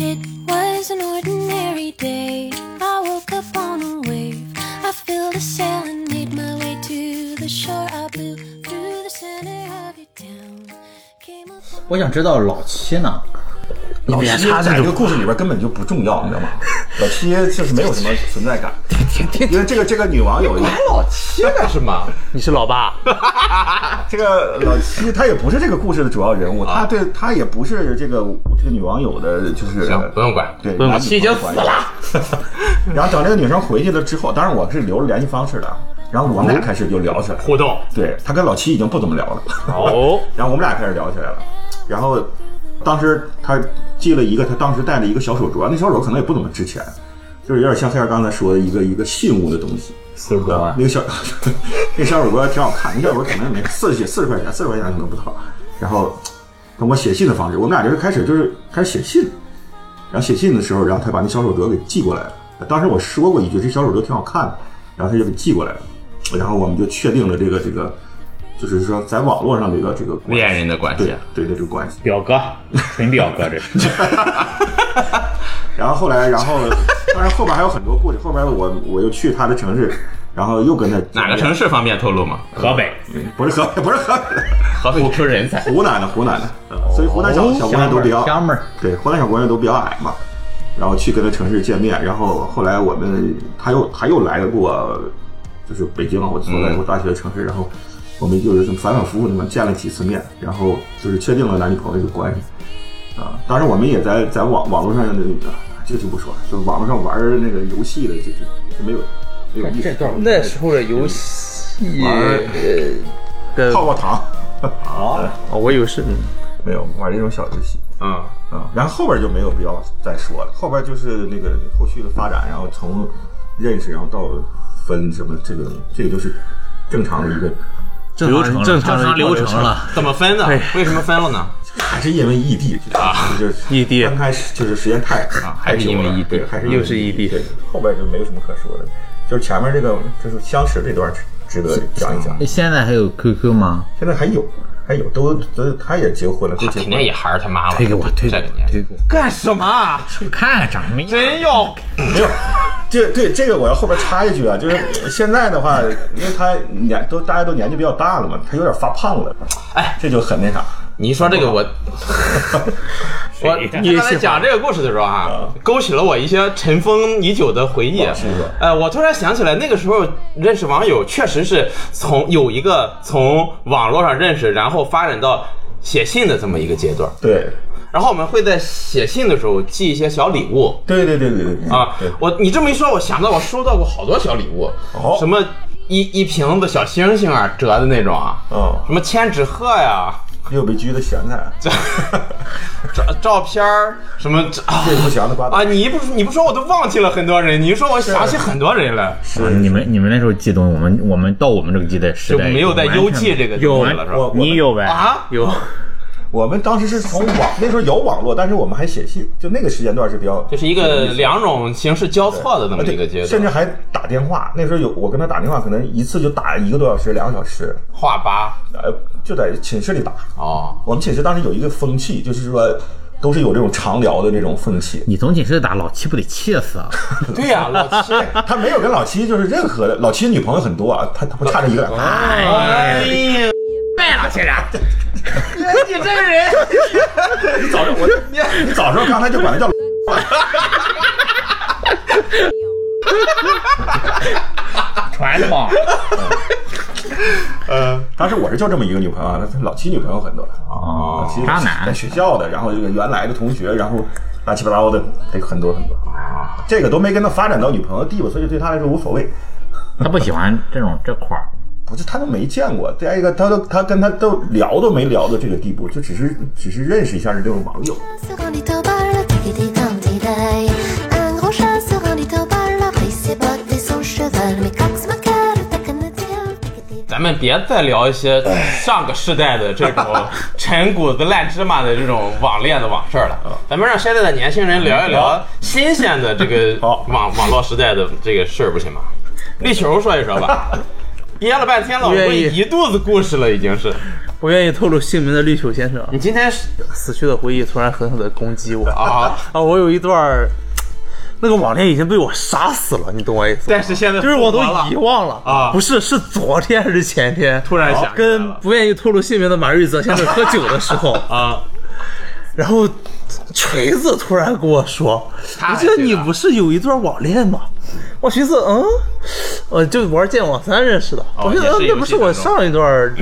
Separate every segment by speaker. Speaker 1: It was an ordinary day. I woke up on a wave. I filled a sail and made my way to the shore. I blew through the center of your town. Came upon
Speaker 2: 我想知道老七呢？
Speaker 3: 老
Speaker 4: 七
Speaker 3: 七
Speaker 4: 在
Speaker 3: 在
Speaker 4: 这
Speaker 3: 这
Speaker 4: 个
Speaker 3: 个
Speaker 4: 故事里边根本就不重要，你知道吗？老七就是没有什么存在感，
Speaker 3: 天
Speaker 4: 因为这个这个女王有一
Speaker 3: 还老七干什么？
Speaker 5: 你是老八，
Speaker 4: 这个老七，她也不是这个故事的主要人物，她对她也不是这个这个女网友的，就是
Speaker 3: 行，不用管。
Speaker 4: 对，
Speaker 5: 不用
Speaker 4: 男
Speaker 5: 管
Speaker 4: 女
Speaker 5: 七已经
Speaker 4: 朋友
Speaker 5: 死
Speaker 4: 关系
Speaker 5: 了。
Speaker 4: 然后等这个女生回去了之后，当然我是留了联系方式的，啊然后我们俩开始就聊起来了。
Speaker 5: 互动
Speaker 4: 对她跟老七已经不怎么聊了，
Speaker 5: 哦，
Speaker 4: 然后我们俩开始聊起来了。然后当时她系了一个她当时戴的一个小手镯，那小手镯可能也不怎么值钱，就是有点像黑儿刚才说的一个一个信物的东西。
Speaker 3: 四十多万，
Speaker 4: 那个小那个小手镯挺好看，那小手镯可能也没四十四十块钱，四十块钱可能不到。然后通过写信的方式，我们俩就是开始就是开始写信，然后写信的时候，然后他把那小手镯给寄过来了。当时我说过一句，这小手镯挺好看的，然后他就给寄过来了。然后我们就确定了这个这个，就是说在网络上这个这个关系
Speaker 3: 恋人的关系啊
Speaker 4: 对。对对这个关系。
Speaker 5: 表哥，纯表哥这是。
Speaker 4: 然后后来，然后当然后边还有很多故事，后边我我又去他的城市，然后又跟他
Speaker 3: 哪个城市方便透露吗？
Speaker 5: 河北
Speaker 4: 不是河北，不是河北。
Speaker 3: 河北 Q 人才，
Speaker 4: 湖南的，湖南的，嗯所以湖南小小姑娘都比较
Speaker 2: 香哦妹儿，
Speaker 4: 对，湖南小姑娘都比较矮嘛。然后去跟她城市见面，然后后来我们她又她又来过，就是北京，啊我所在我大学的城市，然后我们就是这么反反复复那么见了几次面，然后就是确定了男女朋友的关系啊。当然我们也在在网网络上的那个，这就不说了，就是网络上玩儿那个游戏的，这这这没有没有意思，
Speaker 5: 那时候的游戏呃
Speaker 4: 玩儿
Speaker 5: 的，
Speaker 4: 泡泡糖
Speaker 5: 哦我以为是
Speaker 4: 没有玩这种小游戏。
Speaker 3: 嗯，
Speaker 4: 啊，然后后边就没有必要再说了，后边就是那个后续的发展，然后从认识，然后到分什么，这个这个就是正常的一个，
Speaker 2: 正
Speaker 5: 流
Speaker 2: 常
Speaker 5: 程
Speaker 2: 正
Speaker 5: 正常
Speaker 2: 常流
Speaker 5: 流程
Speaker 2: 程了。
Speaker 3: 怎么分的？为什么分了呢？
Speaker 4: 还是因为异地啊，就是
Speaker 5: 异地
Speaker 4: 刚开始就是时间太啊
Speaker 3: 还是因为异地
Speaker 4: 还是
Speaker 5: 又是异地
Speaker 4: 对，后边就没有什么可说的，就是前面这个就是相识这段值得讲一讲，
Speaker 2: 哎现在还有 QQ 吗？
Speaker 4: 现在还有还有都都他也结婚了，都结
Speaker 3: 他肯
Speaker 4: 婚
Speaker 3: 定
Speaker 4: 了
Speaker 3: 也还是他妈了。
Speaker 2: 推给我，推
Speaker 3: 这
Speaker 2: 给
Speaker 3: 个
Speaker 2: 我，
Speaker 3: 年纪
Speaker 2: 推给我，
Speaker 3: 干什么？
Speaker 2: 去看长什么样？
Speaker 3: 真要
Speaker 4: 没有，这对这个我要后边插一句啊，就是现在的话，因为他年都大家都年纪比较大了嘛，他有点发胖了，
Speaker 3: 哎，
Speaker 4: 这就很那啥。
Speaker 3: 你一说
Speaker 4: 哦
Speaker 3: 这个我，我你刚才讲这个故事的时候啊，勾起了我一些尘封已久的回忆
Speaker 4: 哦是的。
Speaker 3: 呃，我突然想起来，那个时候认识网友，确实是从有一个从网络上认识，然后发展到写信的这么一个阶段。
Speaker 4: 对，
Speaker 3: 然后我们会在写信的时候寄一些小礼物，
Speaker 4: 对对对对对
Speaker 3: 啊
Speaker 4: 对，
Speaker 3: 我你这么一说，我想到我收到过好多小礼物，
Speaker 4: 哦
Speaker 3: 什么一一瓶子小星星啊折的那种啊，
Speaker 4: 哦
Speaker 3: 什么千纸鹤呀、
Speaker 4: 六必居的咸菜，
Speaker 3: 照照片儿什么这啊
Speaker 4: 最不祥的瓜子
Speaker 3: 啊，你一不你不说我都忘记了很多人，你一说我想起很多人了，
Speaker 2: 啊你们你们那时候激动，我们我们到我们这个时代时
Speaker 3: 就
Speaker 2: 代
Speaker 3: 没有在
Speaker 2: 完全
Speaker 3: 邮寄这个
Speaker 5: 有
Speaker 3: 东西了是吧？
Speaker 4: 我
Speaker 5: 你有呗？
Speaker 3: 啊
Speaker 5: 有，
Speaker 4: 我们当时是从网那时候有网络，但是我们还写信，就那个时间段是比较
Speaker 3: 这是一个两种形式交错的这么一个阶
Speaker 4: 啊甚至
Speaker 3: 段，
Speaker 4: 还打电话。那时候有我跟他打电话，可能一次就打一个多小时、两个小时，
Speaker 3: 画吧
Speaker 4: 呃，就在寝室里打。
Speaker 3: 哦，
Speaker 4: 我们寝室当时有一个风气，就是说都是有这种长聊的这种风气。
Speaker 2: 你从寝室打老七不得气死啊？
Speaker 3: 对呀、老 七，
Speaker 4: 他没有跟老七就是任何的，老七女朋友很多啊，他他不差这一个啊俩。
Speaker 2: 啊
Speaker 3: 哎呀，
Speaker 4: 早上我你早上刚才就管他叫
Speaker 5: 传统
Speaker 4: 当时我是就这么一个女朋友啊，他老七女朋友很多啊，老七
Speaker 2: 渣男
Speaker 4: 在学校的，然后这个原来的同学，然后乱七八糟的，这个很多很多啊，这个都没跟他发展到女朋友地步，所以对他来说无所谓。
Speaker 2: 他不喜欢这种这块儿，
Speaker 4: 不是他都没见过，再一个他都他跟他都聊都没聊到这个地步，就只是只是认识一下这种网友。
Speaker 1: sur un lit au bar, le tic-tic comme des dailles. Un gros chat sur un lit au bar, la brise ses bottes et son cheval. Mais Cox Macar, t'as qu'à me dire, tic-tic.
Speaker 3: 咱们别再聊一些上个世代的这种 陈谷子烂芝麻的这种网恋的网事儿了，咱们让现在的年轻人聊一聊新鲜的这个
Speaker 4: 好
Speaker 3: 网网络时代的这个事儿，不行吗？ 绿球说一说吧，憋了半天了，我
Speaker 5: 愿
Speaker 3: 估计
Speaker 5: 意
Speaker 3: 一肚子故事了，已经是
Speaker 5: 不愿意透露姓名的绿球先生，
Speaker 3: 你今天是
Speaker 5: 死去的回忆突然狠狠的攻击我啊！
Speaker 3: 啊，
Speaker 5: 啊，我有一段儿，那个网恋已经被我杀死了，你懂我意思吗？
Speaker 3: 但是现在
Speaker 5: 就是我都
Speaker 3: 复活了
Speaker 5: 遗忘了
Speaker 3: 啊
Speaker 5: 不是，是昨天还是前天，
Speaker 3: 突然想起来了
Speaker 5: 跟不愿意透露姓名的马瑞泽先生喝酒的时候
Speaker 3: 啊，
Speaker 5: 然后锤子突然跟我说：“
Speaker 3: 他
Speaker 5: 我
Speaker 3: 还
Speaker 5: 记得
Speaker 3: 记得
Speaker 5: 你不是有一段网恋吗？”我寻思，嗯，我就玩剑网三认识的。
Speaker 3: 哦
Speaker 5: 我寻思，
Speaker 3: 也是
Speaker 5: 嗯
Speaker 3: 游戏
Speaker 5: 那不是我上一段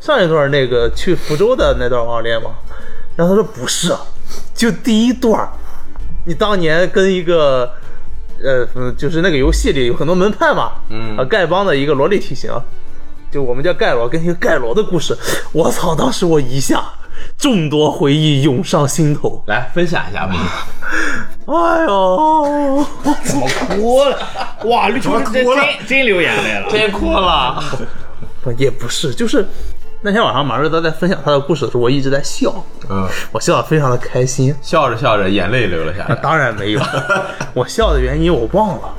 Speaker 5: 上一段那个去福州的那段网恋吗？然后他说不是，就第一段，你当年跟一个。呃，嗯就是那个游戏里有很多门派嘛，
Speaker 3: 嗯
Speaker 5: 啊，丐帮的一个萝莉体型，就我们叫盖罗跟一个盖罗的故事，我操！当时我一下众多回忆涌上心头，
Speaker 3: 来分享一下 吧。
Speaker 5: 哎呦，
Speaker 2: 哭了，哇，绿球真
Speaker 4: 哭了
Speaker 2: 真真流眼泪了。
Speaker 3: 真哭了，
Speaker 5: 也不是，就是那天晚上马瑞德在分享他的故事的时候，我一直在笑，
Speaker 3: 嗯，
Speaker 5: 我笑得非常的开心。
Speaker 3: 笑着笑着眼泪流了下
Speaker 5: 那
Speaker 3: 来。
Speaker 5: 当然没有，我笑的原因我忘了，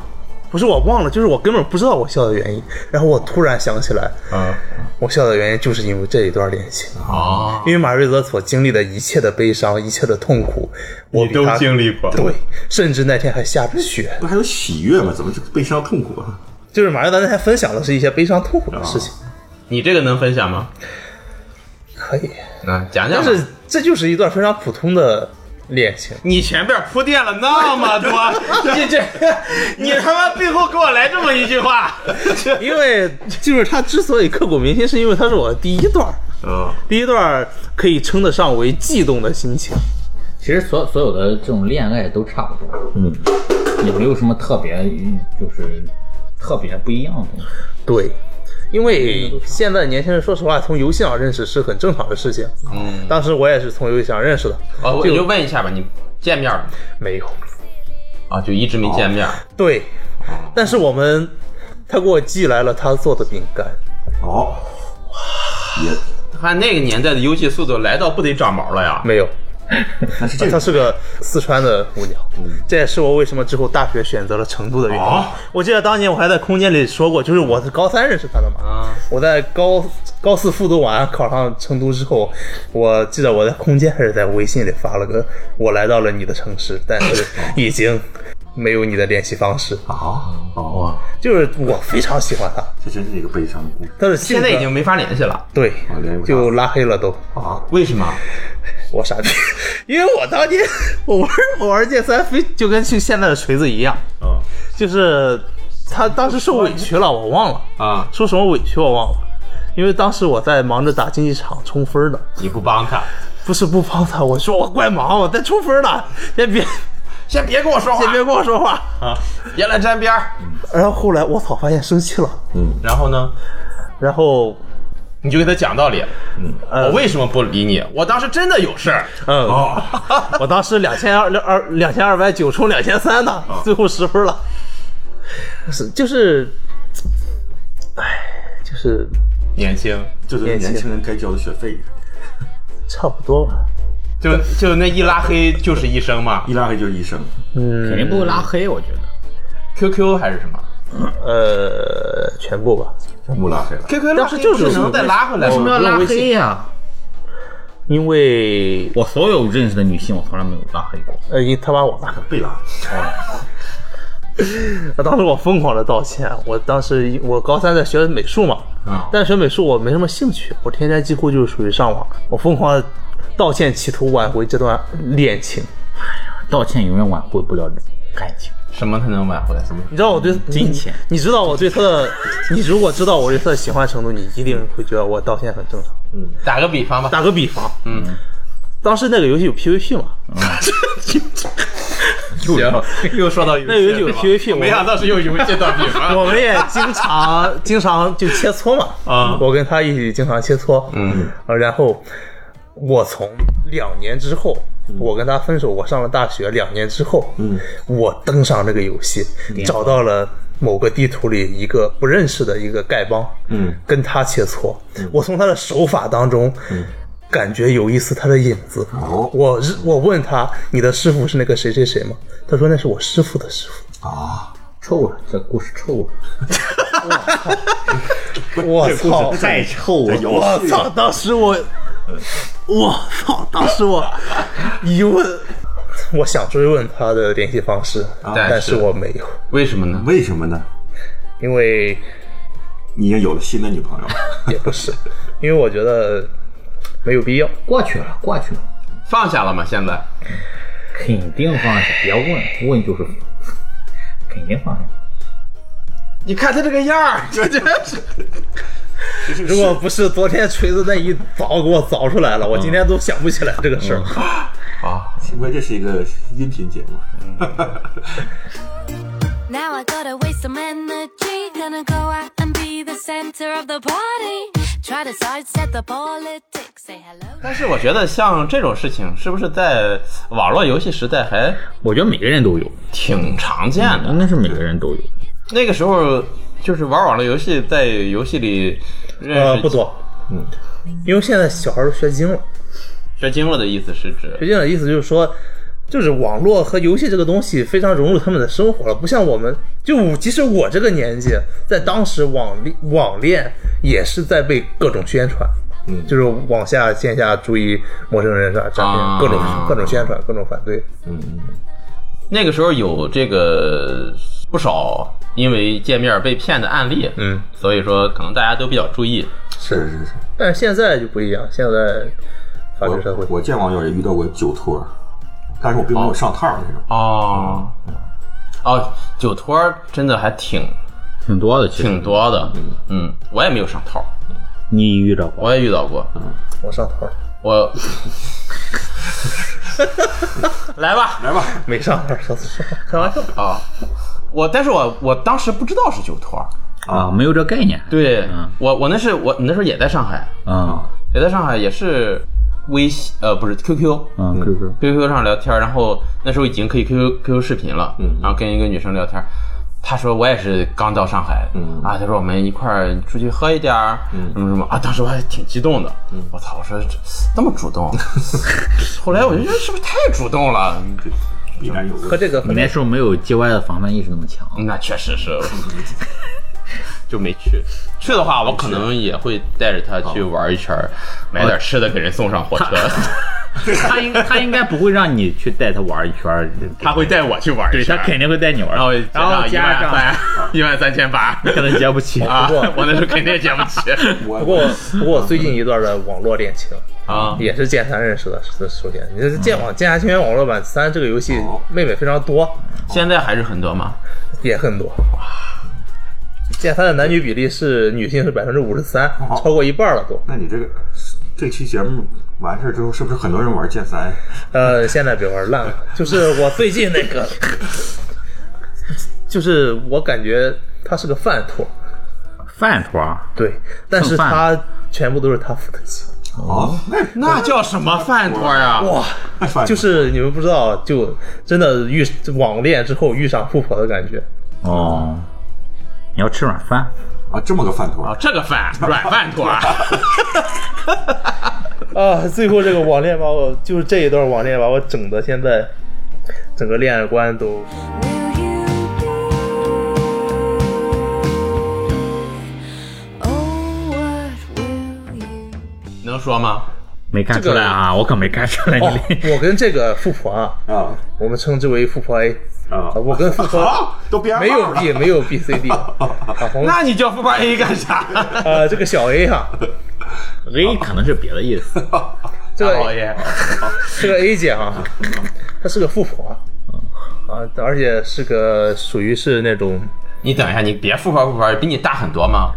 Speaker 5: 不是我忘了，就是我根本不知道我笑的原因。然后我突然想起来，
Speaker 3: 嗯，
Speaker 5: 我笑的原因就是因为这一段恋情。
Speaker 3: 哦，
Speaker 5: 因为马瑞泽所经历的一切的悲伤、一切的痛苦，我
Speaker 3: 你
Speaker 5: 比
Speaker 3: 都
Speaker 5: 他
Speaker 3: 经历过
Speaker 5: 对，甚至那天还下着雪。
Speaker 4: 不还有喜悦吗？怎么就悲伤痛苦啊？
Speaker 5: 就是马瑞泽那天分享的是一些悲伤痛苦的事情，
Speaker 3: 哦你这个能分享吗？
Speaker 5: 可以。
Speaker 3: 啊，讲讲
Speaker 5: 但
Speaker 3: 吧。
Speaker 5: 是这就是一段非常普通的恋情。
Speaker 3: 你前边铺垫了那么 多，你这， 你他妈背后给我来这么一句话，
Speaker 5: 因为就是他之所以刻骨铭心，是因为他是我的第一段儿，
Speaker 4: 嗯，
Speaker 5: 第一段儿可以称得上为悸动的心情。
Speaker 2: 其实所所有的这种恋爱都差不多，
Speaker 6: 嗯，
Speaker 2: 也没有什么特别，嗯就是特别不一样的东西。
Speaker 5: 对，因为现在年轻人，说实话，从游戏上认识是很正常的事情。嗯，当时我也是从游戏上认识的，
Speaker 3: 哦，我就问一下吧，你见面了吗
Speaker 5: 没有。
Speaker 3: 啊？就一直没见面。
Speaker 5: 对，但是我们他给我寄来了他做的饼干，
Speaker 4: 哦，也
Speaker 3: 看那个年代的游戏速度来到不得长毛了呀？
Speaker 5: 没有，
Speaker 4: 那是这
Speaker 5: 她
Speaker 4: 个
Speaker 5: 是个四川的姑娘，这也是我为什么之后大学选择了成都的原因。
Speaker 3: 嗯哦
Speaker 5: 我记得当年我还在空间里说过，就是我是高三认识她的嘛，
Speaker 3: 啊，
Speaker 5: 我在高高四复读完考上成都之后，我记得我在空间还是在微信里发了个我来到了你的城市，但 是已经没有你的联系方式，
Speaker 3: 啊
Speaker 4: 哦哦，
Speaker 5: 就是我非常喜欢她，
Speaker 4: 这真是一个悲伤的故事
Speaker 5: 但是
Speaker 3: 现在已经没法联系了，
Speaker 5: 对
Speaker 4: 啊联系不上
Speaker 5: 就拉黑了都。
Speaker 4: 啊！
Speaker 3: 为什么？
Speaker 5: 我傻逼， 因为我当年 我玩我玩剑三非就跟去现在的锤子一样，
Speaker 4: 嗯，
Speaker 5: 就是他当时受委屈了，我忘了
Speaker 3: 啊，
Speaker 5: 受什么委屈我忘了，因为当时我在忙着打竞技场冲分呢，
Speaker 3: 你不帮他，
Speaker 5: 不是不帮他，我说我怪忙，我在冲分呢，先 别
Speaker 3: 先别跟我说话啊
Speaker 5: 先，别跟我说话。
Speaker 3: 别来沾边儿。
Speaker 5: 然后后来我操，发现生气了，
Speaker 3: 然后呢，
Speaker 5: 然后
Speaker 3: 你就给他讲道理。嗯，我为什么不理你？我当时真的有事儿。
Speaker 5: 嗯，
Speaker 4: 哦，
Speaker 5: 我当时两千二两二两千二百九冲两千三呢，最后十分了，啊是就是，哎，就是
Speaker 3: 年轻，
Speaker 4: 这就是年轻人该交的学费。
Speaker 5: 差不多吧。
Speaker 3: 就就那一拉黑就是一生嘛
Speaker 4: 一拉黑就是一生，
Speaker 2: 肯定不拉黑，我觉得。
Speaker 3: ，QQ 还是什么
Speaker 5: 呃，全部吧，
Speaker 4: 全部拉黑了。
Speaker 3: ？QQ 拉
Speaker 5: 当
Speaker 3: 黑
Speaker 5: 时就
Speaker 3: 不
Speaker 5: 是
Speaker 3: 能再拉回来
Speaker 2: 为什么要
Speaker 3: 吗？
Speaker 2: 拉黑呀、
Speaker 5: 因为
Speaker 6: 我所有认识的女性，我从来没有拉黑过。
Speaker 5: 呃，因他把我拉 黑
Speaker 4: 被拉，
Speaker 5: 了，当时我疯狂的道歉。我当时我高三在学美术嘛，
Speaker 3: 啊
Speaker 5: 但是学美术我没什么兴趣，我天天几乎就是属于上网，我疯狂的道歉，企图挽回这段恋情。
Speaker 6: 道歉永远挽回不了感 情。
Speaker 3: 什么才能挽回？什么？
Speaker 5: 你知道我对金
Speaker 6: 钱
Speaker 5: 你，你知道我对他的， 你如果知道我对他的喜欢程度，你一定会觉得我道歉很正常。
Speaker 3: 打个比方吧，
Speaker 5: 打个比方，嗯，当时那个游戏有 PVP 嘛，
Speaker 3: 行，又说到游戏
Speaker 5: 那游戏有啊 PVP，我
Speaker 3: 没想到是用游戏当比
Speaker 5: 我
Speaker 3: 方。
Speaker 5: 们也经常经常就切磋嘛，
Speaker 3: 啊
Speaker 5: 我跟他一起经常切磋，嗯，然后我从两年之后。我跟他分手，我上了大学，两年之后，嗯，我登上这个游戏，找到了某个地图里一个不认识的一个丐帮，嗯，跟他切磋，我从他的手法当中，感觉有一丝他的影子。
Speaker 4: 哦
Speaker 5: 我是我问他，你的师傅是那个谁谁谁吗？他说那是我师傅的师傅。
Speaker 4: 啊，
Speaker 2: 臭了，这故事臭了。
Speaker 5: 我操！
Speaker 7: 太臭
Speaker 4: 这
Speaker 7: 了，啊
Speaker 4: 游
Speaker 5: 我
Speaker 4: 戏
Speaker 5: 操！当时我，
Speaker 4: 嗯
Speaker 5: 我操！当时我一问，我想追问他的联系方式，啊但是我没有，
Speaker 3: 为什么呢？
Speaker 4: 为什么呢？
Speaker 5: 因为
Speaker 4: 你也有了新的女朋友，
Speaker 5: 也不是，因为我觉得没有必要。
Speaker 8: 过去了，过去了，
Speaker 3: 放下了吗？现在
Speaker 8: 肯定放下，别问，问就是肯定放下。
Speaker 3: 你看他这个样儿，这真是
Speaker 5: 如果不是昨天锤子那一凿给我凿出来了，我今天都想不起来这个事儿。
Speaker 4: 幸亏这是一个音频节目。
Speaker 1: Now I gotta waste some energy. Gonna go out and be the center of the party. Try to sidestep the politics. Say hello.
Speaker 3: 但是我觉得像这种事情，是不是在网络游戏时代还
Speaker 2: 我觉得每个人都有，
Speaker 3: 挺常见的？
Speaker 2: 应该是每个人都有。
Speaker 3: 那个时候就是玩网络游戏，在游戏里认
Speaker 5: 呃，
Speaker 3: 识
Speaker 5: 不多，嗯，因为现在小孩儿都学精了。
Speaker 3: 学精了的意思是
Speaker 5: 学
Speaker 3: 指
Speaker 5: 精了的意思就是说，就是网络和游戏这个东西非常融入他们的生活了，不像我们，就我即使我这个年纪，在当时网恋网恋也是在被各种宣传。嗯，就是网下线下注意陌生人啥诈骗，
Speaker 3: 啊
Speaker 5: 各种各种宣传，各种反对。
Speaker 3: 那个时候有这个不少因为界面被骗的案例，
Speaker 5: 嗯，
Speaker 3: 所以说可能大家都比较注意。
Speaker 4: 是是是，
Speaker 5: 但是现在就不一样，现在法
Speaker 4: 我
Speaker 5: 治社会，
Speaker 4: 我见网友也遇到过酒托，但是我并没有上套那种。
Speaker 3: 哦，哦，酒托儿真的还挺
Speaker 2: 挺多的，其实
Speaker 3: 挺多的，嗯，我也没有上套，
Speaker 2: 你遇着过？
Speaker 3: 我也遇到过，
Speaker 5: 我上头了
Speaker 3: 我来吧，
Speaker 4: 来吧，
Speaker 5: 没上头，上次开玩笑。
Speaker 3: 啊，嗯我但是我我当时不知道是酒托儿，
Speaker 2: 啊，没有这概念。
Speaker 3: 对、我我那是我那时候也在上海，
Speaker 2: 啊，
Speaker 3: 也在上海也是微信呃不是 QQ
Speaker 2: 嗯，QQ，
Speaker 3: QQ 上聊天，然后那时候已经可以 QQ QQ 视频了，然后跟一个女生聊天，她说我也是刚到上海，啊，她说我们一块儿出去喝一点儿，什么什么啊，当时我还挺激动的，我操，我说这这么主 动，后来我就觉得是不是太主动了？
Speaker 4: 必然有
Speaker 5: 和这个
Speaker 2: 你那时候没有 G Y 的防范意识那么强。
Speaker 3: 那确实是， 就没去。去的话，我可能也会带着她去玩一圈儿，买点吃的给人送上火车，
Speaker 2: 他应他应该不会让你去带他玩一圈儿，
Speaker 3: 她会带我去玩一
Speaker 2: 对
Speaker 3: 圈
Speaker 2: 他
Speaker 3: 儿，
Speaker 2: 肯定会带你玩儿，
Speaker 3: 然后
Speaker 2: 然后
Speaker 3: 一
Speaker 2: 哦加
Speaker 3: 万
Speaker 2: 上
Speaker 3: 三，一万三千八。
Speaker 2: 可能接不起
Speaker 3: 啊
Speaker 5: 不过，
Speaker 3: 我那时候肯定接不起
Speaker 5: 不过不 过我最近一段的网络恋情，
Speaker 3: 啊。
Speaker 5: 也是剑三认识的，是首先，你这是剑网《剑侠情缘网络版三》这个游戏，妹妹非常多，
Speaker 3: 现在还是很多嘛，
Speaker 5: 也很多。剑三的男女比例是女性是百分之五十三，超过一半了都。
Speaker 4: 那你这个这期节目完事儿之后，是不是很多人玩剑三？
Speaker 5: 呃，现在别玩烂了，就是我最近那个，就是我感觉他是个饭托，
Speaker 2: 饭托儿，
Speaker 5: 对，但是
Speaker 2: 蹭饭
Speaker 5: 他全部都是他付的钱。
Speaker 4: 哦，那
Speaker 3: 那叫什么饭托呀？
Speaker 5: 哇，
Speaker 4: 那反
Speaker 5: 就是你们不知道，就真的遇网恋之后遇上富婆的感觉。
Speaker 2: 哦，你要吃软饭，
Speaker 4: 啊，这么个饭托
Speaker 3: 啊，这个饭软饭托，
Speaker 5: 啊，最后这个网恋把我，就是这一段网恋把我整的现在，整个恋爱观都
Speaker 1: Will you be? Oh, what will you
Speaker 3: 能说吗？
Speaker 2: 没看出来啊，我可没看出来
Speaker 5: 哦
Speaker 2: 你。，
Speaker 5: 我跟这个富婆啊，
Speaker 4: 啊
Speaker 5: 我们称之为富婆 A，
Speaker 4: 啊
Speaker 5: 啊，我跟富婆
Speaker 4: 啊，都编
Speaker 5: 没有
Speaker 4: 号了
Speaker 5: B 没有 B C D，啊，我们
Speaker 3: 那你叫富婆 A 干啥？
Speaker 5: 呃这个小 A 哈，
Speaker 2: A 可能是别的意思，
Speaker 5: 这
Speaker 3: 老
Speaker 5: 个
Speaker 3: 爷，
Speaker 5: 这个 A 姐哈，她是个富婆啊，啊，而且是个属于是那种
Speaker 3: 你等一下，你别富婆富婆，比你大很多吗？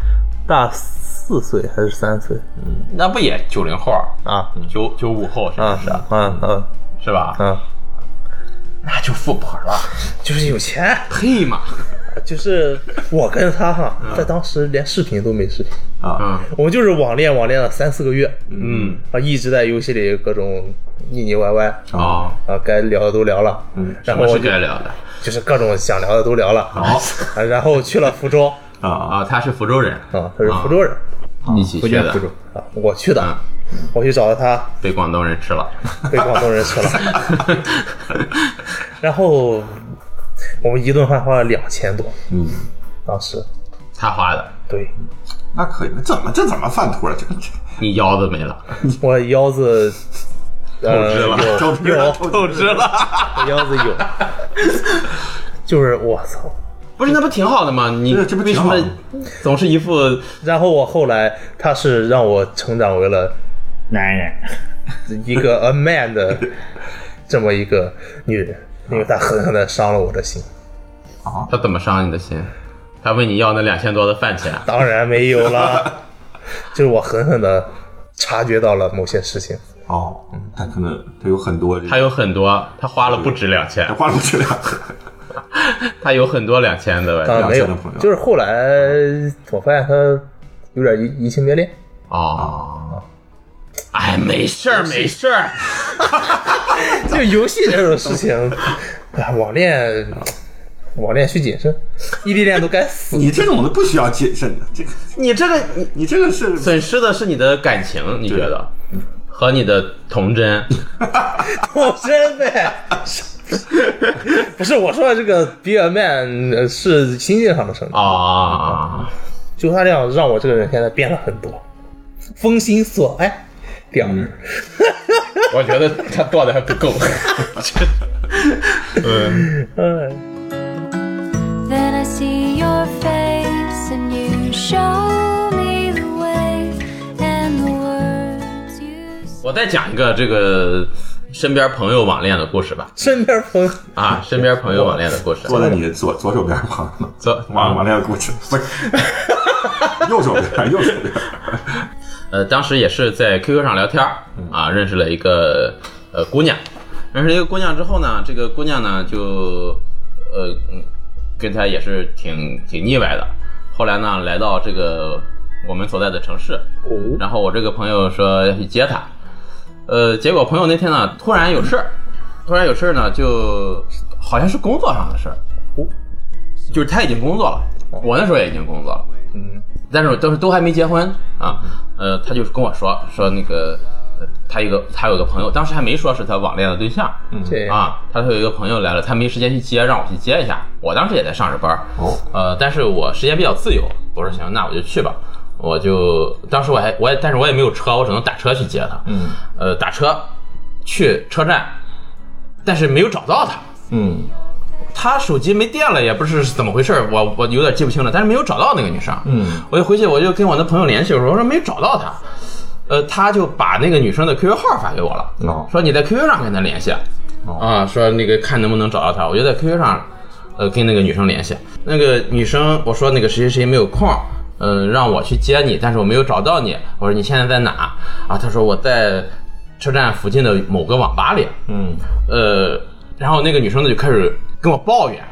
Speaker 5: 大四岁还是三岁
Speaker 3: 那不也九零后、
Speaker 5: 啊
Speaker 3: 九九五后是
Speaker 5: 啊
Speaker 3: 不是？
Speaker 5: 啊啊
Speaker 3: 是吧？
Speaker 5: 啊，
Speaker 3: 那就富婆了，
Speaker 5: 就是有钱。
Speaker 3: 嘿嘛，
Speaker 5: 就是我跟他哈，在当时连视频都没视频，
Speaker 4: 啊，
Speaker 5: 我们就是网恋网恋了三四个月，
Speaker 3: 嗯
Speaker 5: 啊，一直在游戏里各种腻腻歪歪，
Speaker 3: 哦，
Speaker 5: 啊，该聊的都聊了，嗯，然后
Speaker 3: 我
Speaker 5: 我
Speaker 3: 是
Speaker 5: 就
Speaker 3: 该聊的
Speaker 5: 就是各种想聊的都聊了，啊，然后去了福州，
Speaker 4: 啊
Speaker 3: 啊，他是福州人，
Speaker 5: 啊，他是福州人，
Speaker 3: 一起去的
Speaker 2: 福，州
Speaker 5: 啊，我去的
Speaker 3: 嗯，
Speaker 5: 我去找到他，
Speaker 3: 被广东人吃 了，
Speaker 5: 被广东人吃了， 然后我们一顿饭花了两千多，嗯，当时
Speaker 3: 他花的，
Speaker 5: 对
Speaker 4: 那可以，那怎么这怎么犯托了？这这
Speaker 3: 你腰子没了，
Speaker 5: 我腰子。呃，
Speaker 4: 透支了透支
Speaker 5: 有
Speaker 4: 了
Speaker 5: 有
Speaker 4: 透支
Speaker 5: 了，我腰子有，就是我操，
Speaker 3: 不是那不挺好的吗？你
Speaker 4: 对这不
Speaker 3: 为
Speaker 4: 挺
Speaker 3: 什
Speaker 4: 好
Speaker 3: 么
Speaker 4: 的
Speaker 3: 总是一副
Speaker 5: 然后我后来，他是让我成长为了
Speaker 9: 男人，
Speaker 5: 一 个 a man 的这么一个女人，因为她狠狠的伤了我的心。
Speaker 3: 他怎么伤你的心？他问你要那两千多的饭钱，
Speaker 5: 当然没 有啦，就是我狠狠的察觉到了某些事情。
Speaker 4: 哦，他可能他有很多这个，
Speaker 3: 他有很多，他花了不止两千
Speaker 4: 他， 花了质量，
Speaker 3: 他有很多两千的
Speaker 5: 当
Speaker 3: 呗。
Speaker 5: 然没有
Speaker 4: 两千的朋友，
Speaker 5: 就是后来我发现她有点移移情别恋。
Speaker 3: 哦，哎，没事儿，没事儿，
Speaker 5: 就游戏这种 事情，啊网恋，网恋需谨慎，异地恋都该死。
Speaker 4: 你这种的不需要谨慎的，这个
Speaker 3: 你这个你
Speaker 4: 你这个是
Speaker 3: 损失的是你的感情，你觉得和你的童真，
Speaker 5: 我真呗。 不是我说的这个 be a man 呃是心境上的成长，
Speaker 3: 哦，
Speaker 5: 就他这样让我这个人现在变了很多，风心所爱，屌，
Speaker 3: 我觉得他做的还不 够。
Speaker 5: 嗯，
Speaker 1: Then I see your face and you show me the way and the words you say.
Speaker 3: 我再讲一个这个身边朋友网恋的故事吧，
Speaker 5: 身边朋友
Speaker 3: 啊，身边朋友网恋的故事，
Speaker 4: 坐在你的左左手边旁边，
Speaker 3: 走
Speaker 4: 完完了，故事不是 右手边，右手边，
Speaker 3: 呃，当时也是在 QQ 上聊天儿
Speaker 4: 嗯
Speaker 3: 啊，认识了一个呃姑娘，认识了一个姑娘之后呢，这个姑娘呢就呃嗯跟她也是挺挺腻歪的。后来呢，来到这个我们所在的城市，
Speaker 5: 哦，
Speaker 3: 然后我这个朋友说要去接她，呃，结果朋友那天呢突然有事儿，突然有事儿呢，就好像是工作上的事儿，
Speaker 5: 哦
Speaker 3: 就是他已经工作了，
Speaker 4: 哦
Speaker 3: 我那时候也已经工作了。
Speaker 5: 嗯，
Speaker 3: 但是我都是都还没结婚啊，呃，他就是跟我说说那个，呃他一个他有个朋友，当时还没说是他网恋的对象
Speaker 5: 这
Speaker 3: 啊，他说有一个朋友来了，他没时间去接，让我去接一下。我当时也在上着班儿，
Speaker 4: 哦
Speaker 3: 呃，但是我时间比较自由，我说行，那我就去吧。我就当时我还我也，但是我也没有车，我只能打车去接他。嗯，呃，打车去车站，但是没有找到他。
Speaker 9: 嗯
Speaker 3: 他手机没电了，也不是怎么回事儿，我我有点记不清了，但是没有找到那个女生。
Speaker 9: 嗯，
Speaker 3: 我就回去，我就跟我的朋友联系，我说我说没找到她，呃，他就把那个女生的 QQ 号发给我了，
Speaker 4: 哦
Speaker 3: 说你在 QQ 上跟她联系，啊，说那个看能不能找到她，我就在 QQ 上，呃，跟那个女生联系，那个女生我说那个谁谁谁没有空。嗯，让我去接你，但是我没有找到你。我说你现在在哪啊？她说我在车站附近的某个网吧里。
Speaker 9: 嗯，
Speaker 3: 呃，然后那个女生呢就开始跟我抱怨，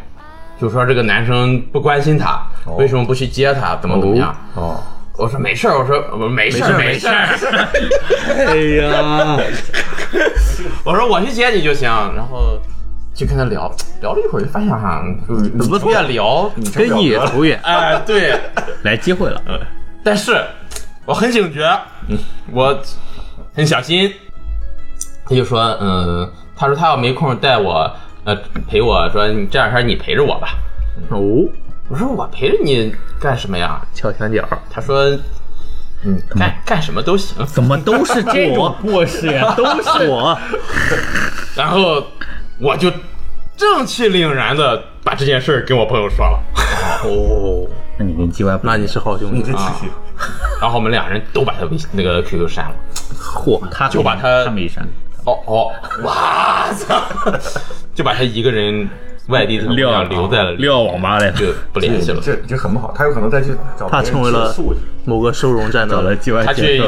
Speaker 3: 就说这个男生不关心她，为什么不去接她，怎么怎么样？
Speaker 9: 哦，
Speaker 3: 我说没事儿，我说我没事儿，没事儿。
Speaker 9: 哎呀，
Speaker 3: 我说我去接你就行，然后就跟他聊聊了一会儿，就发现哈，就是越嗯聊
Speaker 9: 跟你投缘，
Speaker 3: 哎 对，
Speaker 2: 来机会了，
Speaker 3: 但是我很警觉，我很小心。他就说，嗯，他说他要没空带我，呃，陪我说你这两天你陪着我吧。
Speaker 5: 哦，
Speaker 3: 我说我陪着你干什么呀？
Speaker 5: 敲墙角，
Speaker 3: 他说，嗯，干干什么都行。
Speaker 2: 怎么都是这种故事呀？都是我，
Speaker 3: 然后我就正气凛然的把这件事儿跟我朋友说了，
Speaker 5: 哦，
Speaker 2: 那你跟 G Y 不一
Speaker 5: 那
Speaker 2: 样？
Speaker 5: 你是好兄弟，
Speaker 2: 啊
Speaker 3: 然后我们俩人都把他微信那个 QQ 删了。
Speaker 2: 嚯，他
Speaker 3: 就把他
Speaker 2: 他没删，
Speaker 3: 哦哦，哇操！ 就把他一个人外地的姑
Speaker 2: 撂
Speaker 3: 娘留在了里，
Speaker 2: 撂网吧来了，
Speaker 3: 就不联系了。
Speaker 4: 这这很不好，他有可能再去找
Speaker 5: 他成为了某个收容站
Speaker 2: 找了
Speaker 5: 的
Speaker 2: G Y
Speaker 3: 他去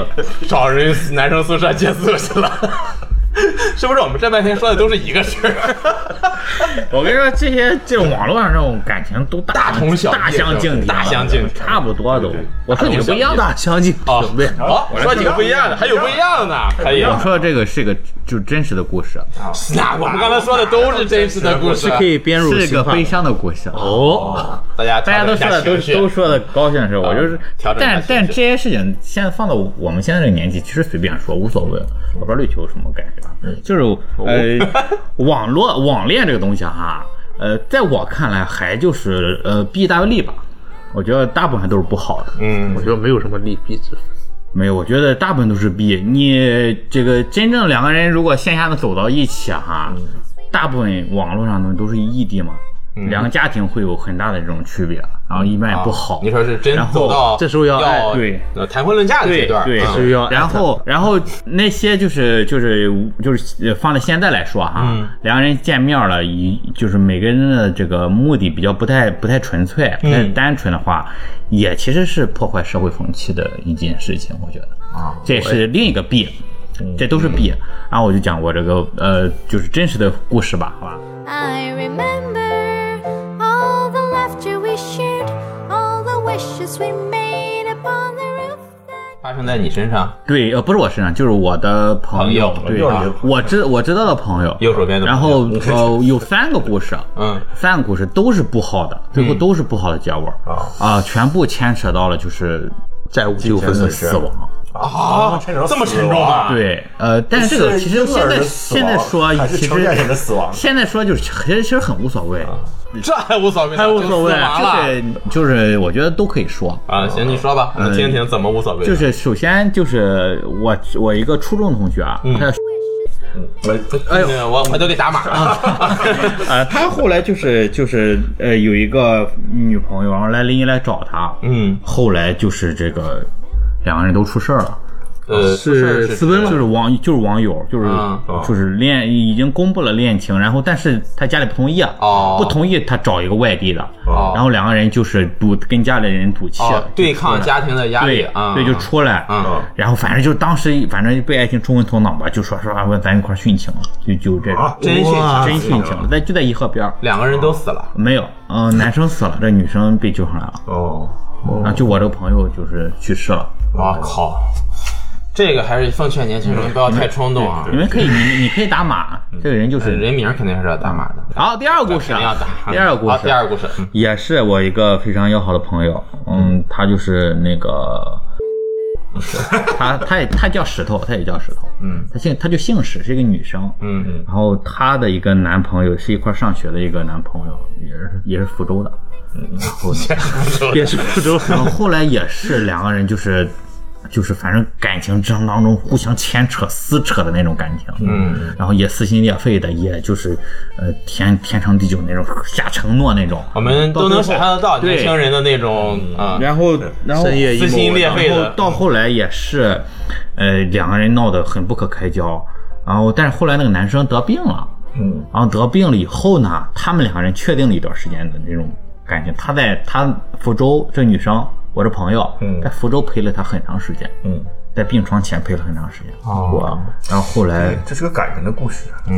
Speaker 3: 找人男生宿舍借宿去了。 是不是我们这半天说的都是一个事儿？
Speaker 2: 我跟你说，这些这种网络上这种感情都大
Speaker 3: 大同小异
Speaker 2: 大相径庭，啊
Speaker 3: 大相径庭
Speaker 2: 差不多都
Speaker 4: 对对。
Speaker 2: 我说你不一样的，
Speaker 5: 大相径
Speaker 3: 啊
Speaker 5: 庭呗。
Speaker 3: 好，说几个不一样的，还有不一样的呢，哎可以。
Speaker 2: 我说这个是个就真实的故事，啊
Speaker 3: 那我们刚才说的都是真实的故事
Speaker 5: 是，可以编入
Speaker 2: 是
Speaker 5: 刑
Speaker 2: 个
Speaker 5: 法
Speaker 2: 悲伤的故事。啊
Speaker 5: 哦，
Speaker 3: 大家
Speaker 2: 大家都说的都都说的高兴的事，我就是
Speaker 3: 啊调，整一
Speaker 2: 但
Speaker 3: 下情绪
Speaker 2: 但这些事情现在放到我们现在这个年纪，其实随便说无所谓。我不知道绿球什么感觉，啊就是呃， 网络啊网恋这个东西哈，呃，在我看来还就是呃弊大于利吧。我觉得大部分都是不好的。
Speaker 3: 嗯
Speaker 5: 我觉得没有什么利弊之分。
Speaker 2: 没有，我觉得大部分都是 B。你这个真正两个人如果线下能走到一起哈，大部分网络上的都是异地嘛，两个家庭会有很大的这种区别，然后一般也不好。
Speaker 3: 啊你说是真
Speaker 2: 然后
Speaker 3: 走到
Speaker 5: 这时候要
Speaker 3: 要
Speaker 2: 哎对
Speaker 3: 呃谈婚论嫁的阶段，
Speaker 2: 对
Speaker 3: 啊
Speaker 5: 是要
Speaker 2: 然后，然后那些就是就是就是呃放在现在来说哈，
Speaker 3: 嗯
Speaker 2: 两个人见面了，以就是每个人的这个目的比较不太不太纯粹、不
Speaker 3: 嗯
Speaker 2: 太单纯的话，也其实是破坏社会风气的一件事情，我觉得啊，这也是另一个弊，
Speaker 3: 嗯
Speaker 2: 这都是弊。然后我就讲我这个呃，就是真实的故事吧，好吧。
Speaker 1: I remember all the laughter we shared, all the wishes we made upon the roof.
Speaker 3: 发生在你身上，
Speaker 2: 对，呃，不是我身上，就是我的朋友，
Speaker 3: 朋
Speaker 2: 对啊
Speaker 3: 友朋友，
Speaker 2: 我知我知道的朋友，
Speaker 3: 右手边的朋
Speaker 2: 然
Speaker 3: 友
Speaker 2: 后呃，有三个故事，
Speaker 3: 嗯，
Speaker 2: 三个故事都是不好的，最后都是不好的结果啊、全部牵扯到了就是
Speaker 5: 债务纠纷
Speaker 2: 的死亡。
Speaker 3: 啊，这么沉重啊？
Speaker 2: 对，呃，但是这个其实
Speaker 10: 婴
Speaker 2: 现
Speaker 10: 儿
Speaker 2: 在
Speaker 10: 的死
Speaker 2: 现在
Speaker 10: 亡
Speaker 2: 说啊
Speaker 4: 啊
Speaker 10: 还是
Speaker 2: 其
Speaker 10: 成年人的
Speaker 2: 实
Speaker 10: 死亡，
Speaker 2: 现在说就是其实其实很无所谓，
Speaker 3: 这还无所谓呢，
Speaker 2: 无所谓
Speaker 3: 就死哎完了
Speaker 2: 就是就是我觉得都可以说，
Speaker 3: 啊。行，你说吧，我们听听怎么无所谓。
Speaker 2: 就是首先就是我我一个初中同学啊，他
Speaker 3: 哎呦，我我都得打码了。
Speaker 2: 呃，他后来就是就是呃有一个女朋友，然后来临沂来找他，
Speaker 3: 嗯，
Speaker 2: 后来就是这个两个人都出事儿了，
Speaker 3: 呃，
Speaker 2: 哦
Speaker 5: 是私奔
Speaker 2: 就是网就是网友就是、
Speaker 3: 啊
Speaker 2: 就是恋已经公布了恋情，然后但是他家里不同意啊，
Speaker 3: 哦
Speaker 2: 不同意他找一个外地的，
Speaker 3: 哦
Speaker 2: 然后两个人就是赌跟家里人赌气了，
Speaker 3: 哦，对抗家庭的压力
Speaker 2: 对
Speaker 3: 啊，
Speaker 2: 对，就出来嗯
Speaker 3: 啊
Speaker 2: 然后反正就当时反正被爱情冲昏头脑吧，就说说啊，问咱一块儿殉情了，就就这种、
Speaker 10: 啊
Speaker 3: 真是
Speaker 10: 哇
Speaker 2: 真殉情了，在就在颐和边儿。
Speaker 3: 两个人都死了。
Speaker 2: 没有，嗯、男生死了，这女生被救上来了。
Speaker 10: 哦，
Speaker 2: 啊，就我这个朋友就是去世了。
Speaker 3: 我靠，这个还是奉劝年轻人不要太冲动啊。
Speaker 2: 你们可以，你你可以打码，这个人就是
Speaker 3: 人名肯定是要打码的，
Speaker 2: 好，第二个故事
Speaker 3: 肯定要
Speaker 2: 啊
Speaker 3: 打。，
Speaker 2: 第二个故
Speaker 3: 好
Speaker 2: 事，
Speaker 3: 第二个故事，嗯
Speaker 2: 也是我一个非常要好的朋友，嗯，他就是那 个，他他也他叫石头，他也叫石头，嗯，他姓他就姓史，是一个女生，
Speaker 3: 嗯嗯，
Speaker 2: 然后她的一个男朋友是一块儿上学的一个男朋友，也是也是福州的，然后也是嗯福州，然后后来也是两个人就是就是反正感情之当中互相牵扯撕扯的那种感情，嗯，然后也撕心裂肺的，也就是呃天天长地久那种下承诺那种，
Speaker 3: 我们都能想象得到
Speaker 2: 对嗯
Speaker 3: 年轻人的那种啊，
Speaker 2: 然后然后
Speaker 5: 深夜
Speaker 3: 撕心裂肺
Speaker 2: 然
Speaker 3: 的
Speaker 2: 后。到后来也是，呃，两个人闹得很不可开交。然后，但是后来那个男生得病了，嗯，然后得病了以后呢，他们两个人确定了一段时间的那种感情。他在他福州，这女生我这朋友，嗯，在福州陪了他很长时间，嗯，在病床前陪了很长时间。
Speaker 3: 哦，
Speaker 2: 然后后来
Speaker 4: 哎
Speaker 10: 这是个感人的故事，
Speaker 4: 啊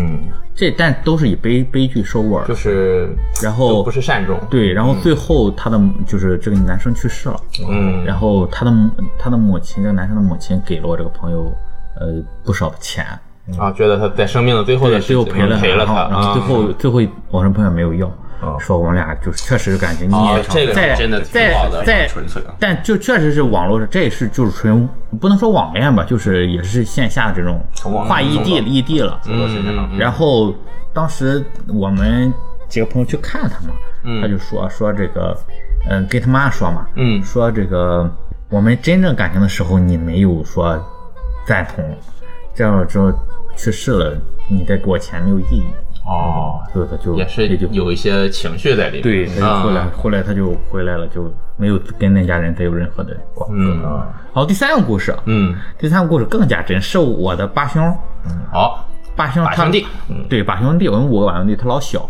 Speaker 2: 这但都是以悲悲剧收尾儿
Speaker 3: 嗯就，是
Speaker 2: 然后
Speaker 3: 就不是善终，
Speaker 2: 哦对，然后最后他的就是这个男生去世了，
Speaker 3: 嗯，
Speaker 2: 然后他的母他的母亲，这个男生的母亲给了我这个朋友，呃，不少的钱，嗯
Speaker 3: 啊，觉得他在生命的最后的
Speaker 2: 最后赔了
Speaker 3: 赔了
Speaker 2: 然后
Speaker 3: 他，
Speaker 2: 然后
Speaker 3: 啊
Speaker 2: 最后最后我那朋友没有要，说我们俩就是确实感情
Speaker 3: 哦
Speaker 2: 逆
Speaker 3: 这个
Speaker 2: 也
Speaker 3: 是
Speaker 2: 在
Speaker 3: 真的挺
Speaker 2: 在
Speaker 3: 好的
Speaker 2: 在
Speaker 4: 纯粹啊，
Speaker 2: 但就确实是网络，这也是就是纯不能说网恋吧，就是也是线下这种
Speaker 4: 网
Speaker 2: 跨异地
Speaker 4: 走到
Speaker 2: 异地了，
Speaker 3: 嗯嗯嗯
Speaker 2: 然后当时我们几个朋友去看他嘛，他就说说这个，嗯，跟他妈说嘛，
Speaker 3: 嗯
Speaker 2: 说这个我们真正感情的时候，你没有说赞同，这样了之后去世了，你再给我钱没有意义。
Speaker 3: 哦，
Speaker 2: 对，他就
Speaker 3: 也是
Speaker 2: 这就
Speaker 3: 有一些情绪在里面，
Speaker 2: 对，他就
Speaker 3: 啊
Speaker 2: 后来、后来他就回来了，就没有跟那家人再有任何的瓜葛。
Speaker 3: 嗯
Speaker 2: 好，第三个故事，啊
Speaker 3: 嗯，
Speaker 2: 第三个故事更加真，是我的八兄，
Speaker 3: 好，
Speaker 2: 八兄
Speaker 3: 把
Speaker 2: 他
Speaker 3: 兄弟，嗯
Speaker 2: 对，把兄弟，我们五个把兄弟，他老小，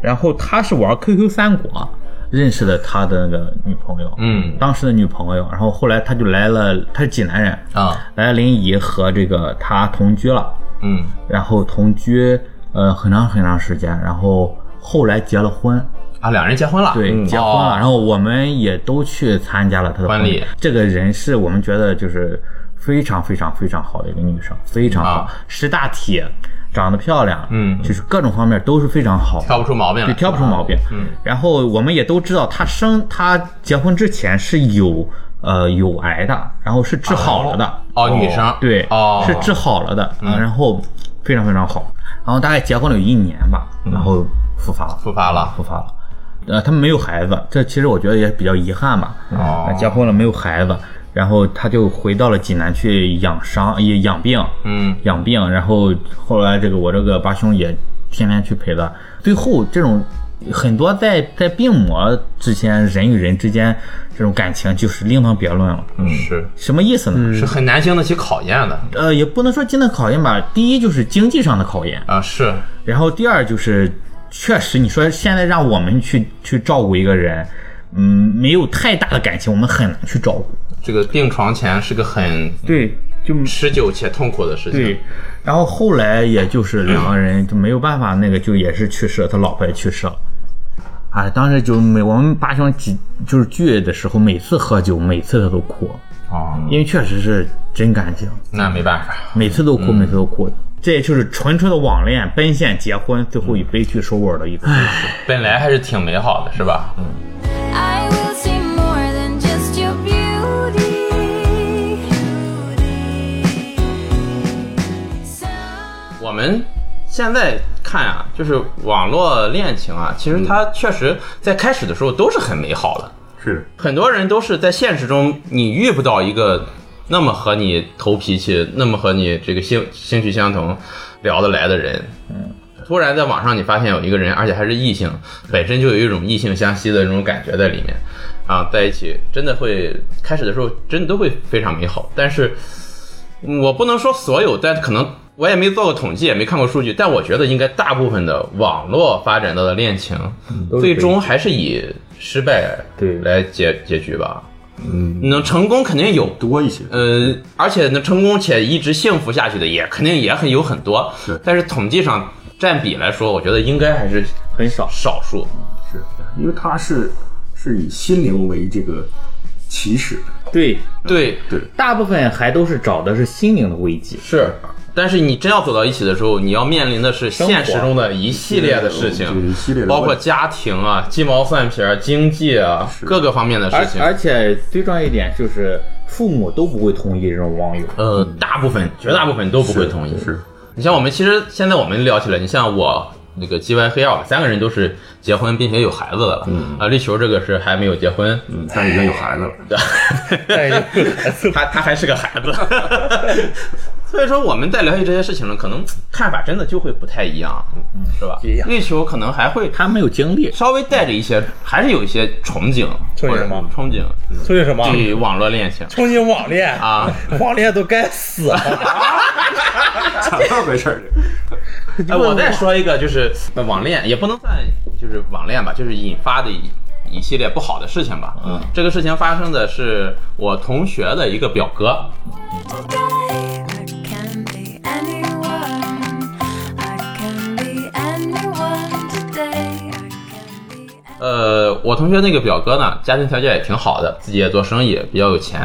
Speaker 2: 然后他是玩 QQ 三国认识的他的那个女朋友，
Speaker 3: 嗯
Speaker 2: 当时的女朋友，然后后来他就来了，他是济南人，
Speaker 3: 啊，
Speaker 2: 来了临沂和这个他同居了，
Speaker 3: 嗯，
Speaker 2: 然后同居呃很长很长时间，然后后来结了婚，
Speaker 3: 啊，两人结婚了，
Speaker 2: 对，
Speaker 3: 嗯
Speaker 2: 结婚
Speaker 3: 哦
Speaker 2: 了，然后我们也都去参加了她的
Speaker 3: 婚礼
Speaker 2: 这个人是我们觉得就是非常非常非常好的一个女生，非常好
Speaker 3: 啊，
Speaker 2: 识大体，长得漂亮，
Speaker 3: 嗯
Speaker 2: 就是各种方面都是非常好，
Speaker 3: 挑不出毛病来，
Speaker 2: 对，挑不出毛病。嗯，然后我们也都知道，她生她结婚之前是有呃有癌的，然后是治好了的。
Speaker 3: 哦，女生
Speaker 2: 对，
Speaker 3: 哦，
Speaker 2: 是治好了的，嗯，然后非
Speaker 3: 嗯
Speaker 2: 常非常好，然后大概结婚了有一年吧，然后复发了，
Speaker 3: 啊复发了
Speaker 2: 复发了。呃，他们没有孩子，这其实我觉得也比较遗憾吧。
Speaker 3: 哦
Speaker 2: 呃结婚了没有孩子，然后他就回到了济南去养伤、也养病，
Speaker 3: 嗯，
Speaker 2: 养病。然后后来这个我这个八兄也天天去陪他。最后这种很多在在病魔之间，人与人之间这种感情就是另当别论了。
Speaker 3: 是
Speaker 2: 什么意思呢？
Speaker 3: 是很难经得起考验的
Speaker 2: 呃，也不能说经得考验吧。第一就是经济上的考验，
Speaker 3: 啊，是
Speaker 2: 然后第二就是，确实你说现在让我们去去照顾一个人，嗯，没有太大的感情，我们很难去照顾。
Speaker 3: 这个病床前是个很
Speaker 2: 对，就
Speaker 3: 持久且痛苦的事情。
Speaker 2: 对。然后后来也就是两个人就没有办法，那个就也是去世了，他老婆也去世了。哎，当时就每我们八兄几就是聚的时候，每次喝酒，每次他都哭，
Speaker 3: 哦，
Speaker 2: 因为确实是真感情。
Speaker 3: 那没办法，
Speaker 2: 每次都哭，每次都哭。这也就是纯纯的网恋、奔现、结婚，最后以悲剧收尾的一个故事。
Speaker 3: 本来还是挺美好的，是吧？
Speaker 1: I will see more than just your beauty. Some-
Speaker 3: 我们现在看啊，就是网络恋情啊，其实它确实在开始的时候都是很美好的，
Speaker 4: 是
Speaker 3: 很多人都是在现实中你遇不到一个那么和你投脾气、那么和你这个兴兴趣相同、聊得来的人。嗯，突然在网上你发现有一个人，而且还是异性，本身就有一种异性相吸的那种感觉在里面啊，在一起真的会开始的时候真的都会非常美好，但是嗯我不能说所有，但可能。我也没做过统计，也没看过数据，但我觉得应该大部分的网络发展到的恋情，
Speaker 5: 是
Speaker 3: 最终还是以失败
Speaker 5: 对
Speaker 3: 来结结局吧。嗯，能成功肯定有，
Speaker 4: 多一些，
Speaker 3: 呃，而且能成功且一直幸福下去的也肯定也很有很多，
Speaker 4: 是
Speaker 3: 但是统计上占比来说，我觉得应该还是
Speaker 2: 很少
Speaker 3: 少数。
Speaker 4: 是因为它是是以心灵为这个起始的，
Speaker 2: 对，
Speaker 3: 对，
Speaker 2: 大部分还都是找的是心灵的慰藉。
Speaker 3: 是。但是你真要走到一起的时候，你要面临的是现实中的一系列的事
Speaker 4: 就是
Speaker 3: 情
Speaker 4: 一，系列的
Speaker 3: 包括
Speaker 4: 问题
Speaker 3: 家庭啊、鸡毛蒜皮啊、经济啊各个方面的
Speaker 2: 而
Speaker 3: 事情。
Speaker 2: 而且最重要一点就是，父母都不会同意这种网友。
Speaker 3: 呃，大部分绝大部分都不会同意。
Speaker 4: 是
Speaker 3: 你像我们，其实现在我们聊起来，你像我那个 G Y 黑曜，三个人都是结婚并且有孩子的了。啊，绿球这个是还没有结婚，
Speaker 4: 嗯，但已经有孩子了，
Speaker 5: 哎，
Speaker 3: 他他还是个孩子。 所以说，我们在聊起这些事情呢，可能看法真的就会不太一样，是吧
Speaker 5: 一？样
Speaker 3: 绿球可能还会
Speaker 2: 他没有经历，
Speaker 3: 稍微带着一些，还是有一些憧憬，
Speaker 5: 憧
Speaker 3: 或
Speaker 5: 憬
Speaker 3: 者
Speaker 5: 什么
Speaker 3: 憧憬
Speaker 5: 说明什么？
Speaker 3: 对网络恋情
Speaker 5: 憧憬网恋
Speaker 3: 嗯啊。
Speaker 5: 网恋都该死了。
Speaker 4: 咋那回事儿呢？
Speaker 3: 哎，我再说一个，就是呃网恋也不能算就是网恋吧，就是引发的一一系列不好的事情吧。嗯，这个事情发生的是我同学的一个表哥，
Speaker 1: I can be anyone. I can be anyone today. I can be anyone.
Speaker 3: 呃，我同学那个表哥呢，家庭条件也挺好的，自己也做生意，比较有钱。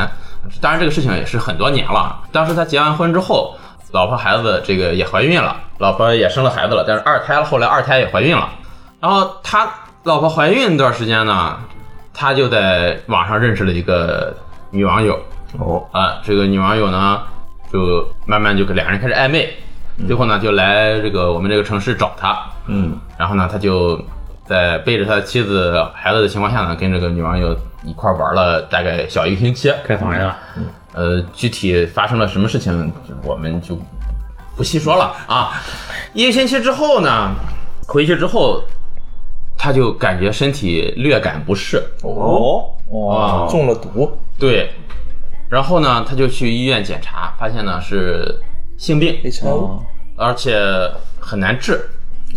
Speaker 3: 当然，这个事情也是很多年了。啊当时他结完婚之后，老婆孩子这个也怀孕了，老婆也生了孩子了，但是二胎了，后来二胎也怀孕了。然后他老婆怀孕那段时间呢，他就在网上认识了一个女网友。
Speaker 4: 哦，
Speaker 3: 啊，这个女网友呢，就慢慢就跟俩人开始暧昧，
Speaker 2: 嗯
Speaker 3: 最后呢就来这个我们这个城市找他，
Speaker 4: 嗯，
Speaker 3: 然后呢他就在背着他妻子孩子的情况下呢，跟这个女网友一块儿玩了大概小一个星期，
Speaker 2: 开房去了。
Speaker 3: 呃，具体发生了什么事情，我们就不细说了啊。一个星期之后呢，回去之后，他就感觉身体略感不适，
Speaker 5: 哦，
Speaker 3: 哦
Speaker 5: 中了毒，
Speaker 3: 对，然后呢，他就去医院检查，发现呢是性病，
Speaker 5: 哦，
Speaker 3: 而且很难治。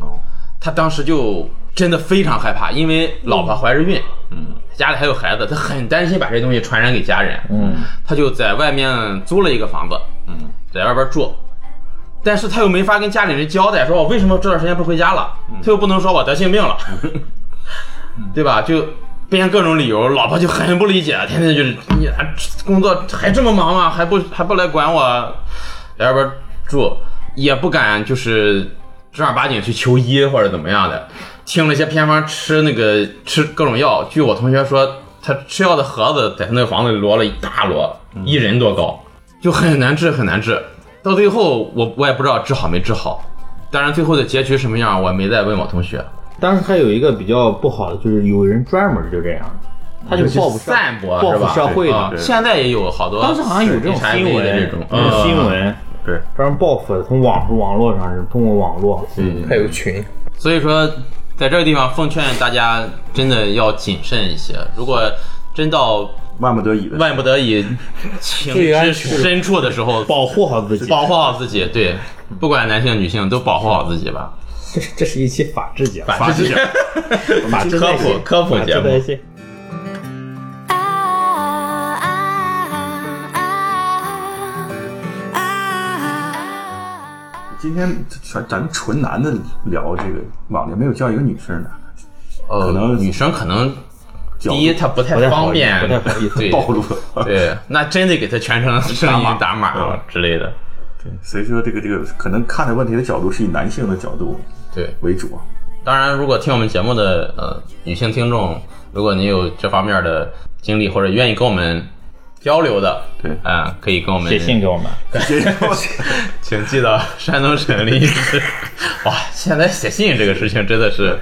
Speaker 3: 哦他当时就真的非常害怕，因为老婆怀着孕，嗯，家里还有孩子，他很担心把这东西传染给家人，嗯，他就在外面租了一个房子，嗯，在外边住。但是他又没法跟家里人交代，说我哦为什么这段时间不回家了？他又不能说我得性病 了，对吧？就编各种理由，老婆就很不理解，天天就是你还工作还这么忙吗、还不还不来管我，啊在外边住也不敢就是正儿八经去求医或者怎么样的，听了一些偏方，吃那个吃各种药。据我同学说，他吃药的盒子在他那个房子里摞了一大摞，一人多高，就很难治，很难治。到最后，我我也不知道治好没治好，当然最后的结局什么样，我没再问我同学。
Speaker 2: 当时还有一个比较不好的，就是有人专门就这样，他就报复社
Speaker 3: 散播
Speaker 2: 报
Speaker 3: 是
Speaker 2: 复
Speaker 3: 吧？
Speaker 2: 社会
Speaker 3: 啊
Speaker 2: 的。
Speaker 3: 现在也有好多，
Speaker 2: 当时好像有这种新闻，
Speaker 3: 这种
Speaker 2: 有
Speaker 3: 嗯
Speaker 2: 新闻
Speaker 3: 对
Speaker 2: 专门报复的，从网网络上是通过网络，
Speaker 5: 还有群，
Speaker 3: 所以说，在这个地方奉劝大家，真的要谨慎一些。如果真到
Speaker 4: 万不得已的。
Speaker 3: 万不得已情之深处的时候，保
Speaker 2: 保护好自己。
Speaker 3: 保护好自己。对，不管男性女性，都保护好自己吧。
Speaker 11: 这是这是一期法制节目，
Speaker 3: 法制科普科普
Speaker 2: 啊
Speaker 3: 节目，
Speaker 11: 目。
Speaker 4: 今天全咱们纯男的聊这个网恋，没有叫一个女生的，可
Speaker 3: 呃，
Speaker 4: 能
Speaker 3: 女生可能
Speaker 4: 叫
Speaker 3: 第一她不太
Speaker 2: 不太好
Speaker 3: 方便，
Speaker 2: 不太好意思
Speaker 3: 对
Speaker 4: 暴露了。
Speaker 3: 对，那真得给她全程声音打码
Speaker 2: 嗯
Speaker 3: 了之类的。
Speaker 4: 所以说这个这个可能看待问题的角度是以男性的角度
Speaker 3: 对，
Speaker 4: 为主。
Speaker 3: 当然，如果听我们节目的呃女性听众，如果你有这方面的经历或者愿意跟我们交流的，
Speaker 4: 对
Speaker 3: 啊、可以跟我们
Speaker 11: 写信，给我们，
Speaker 2: 嗯
Speaker 3: 请寄到山东省临沂市。哇，现在写信这个事情真的是，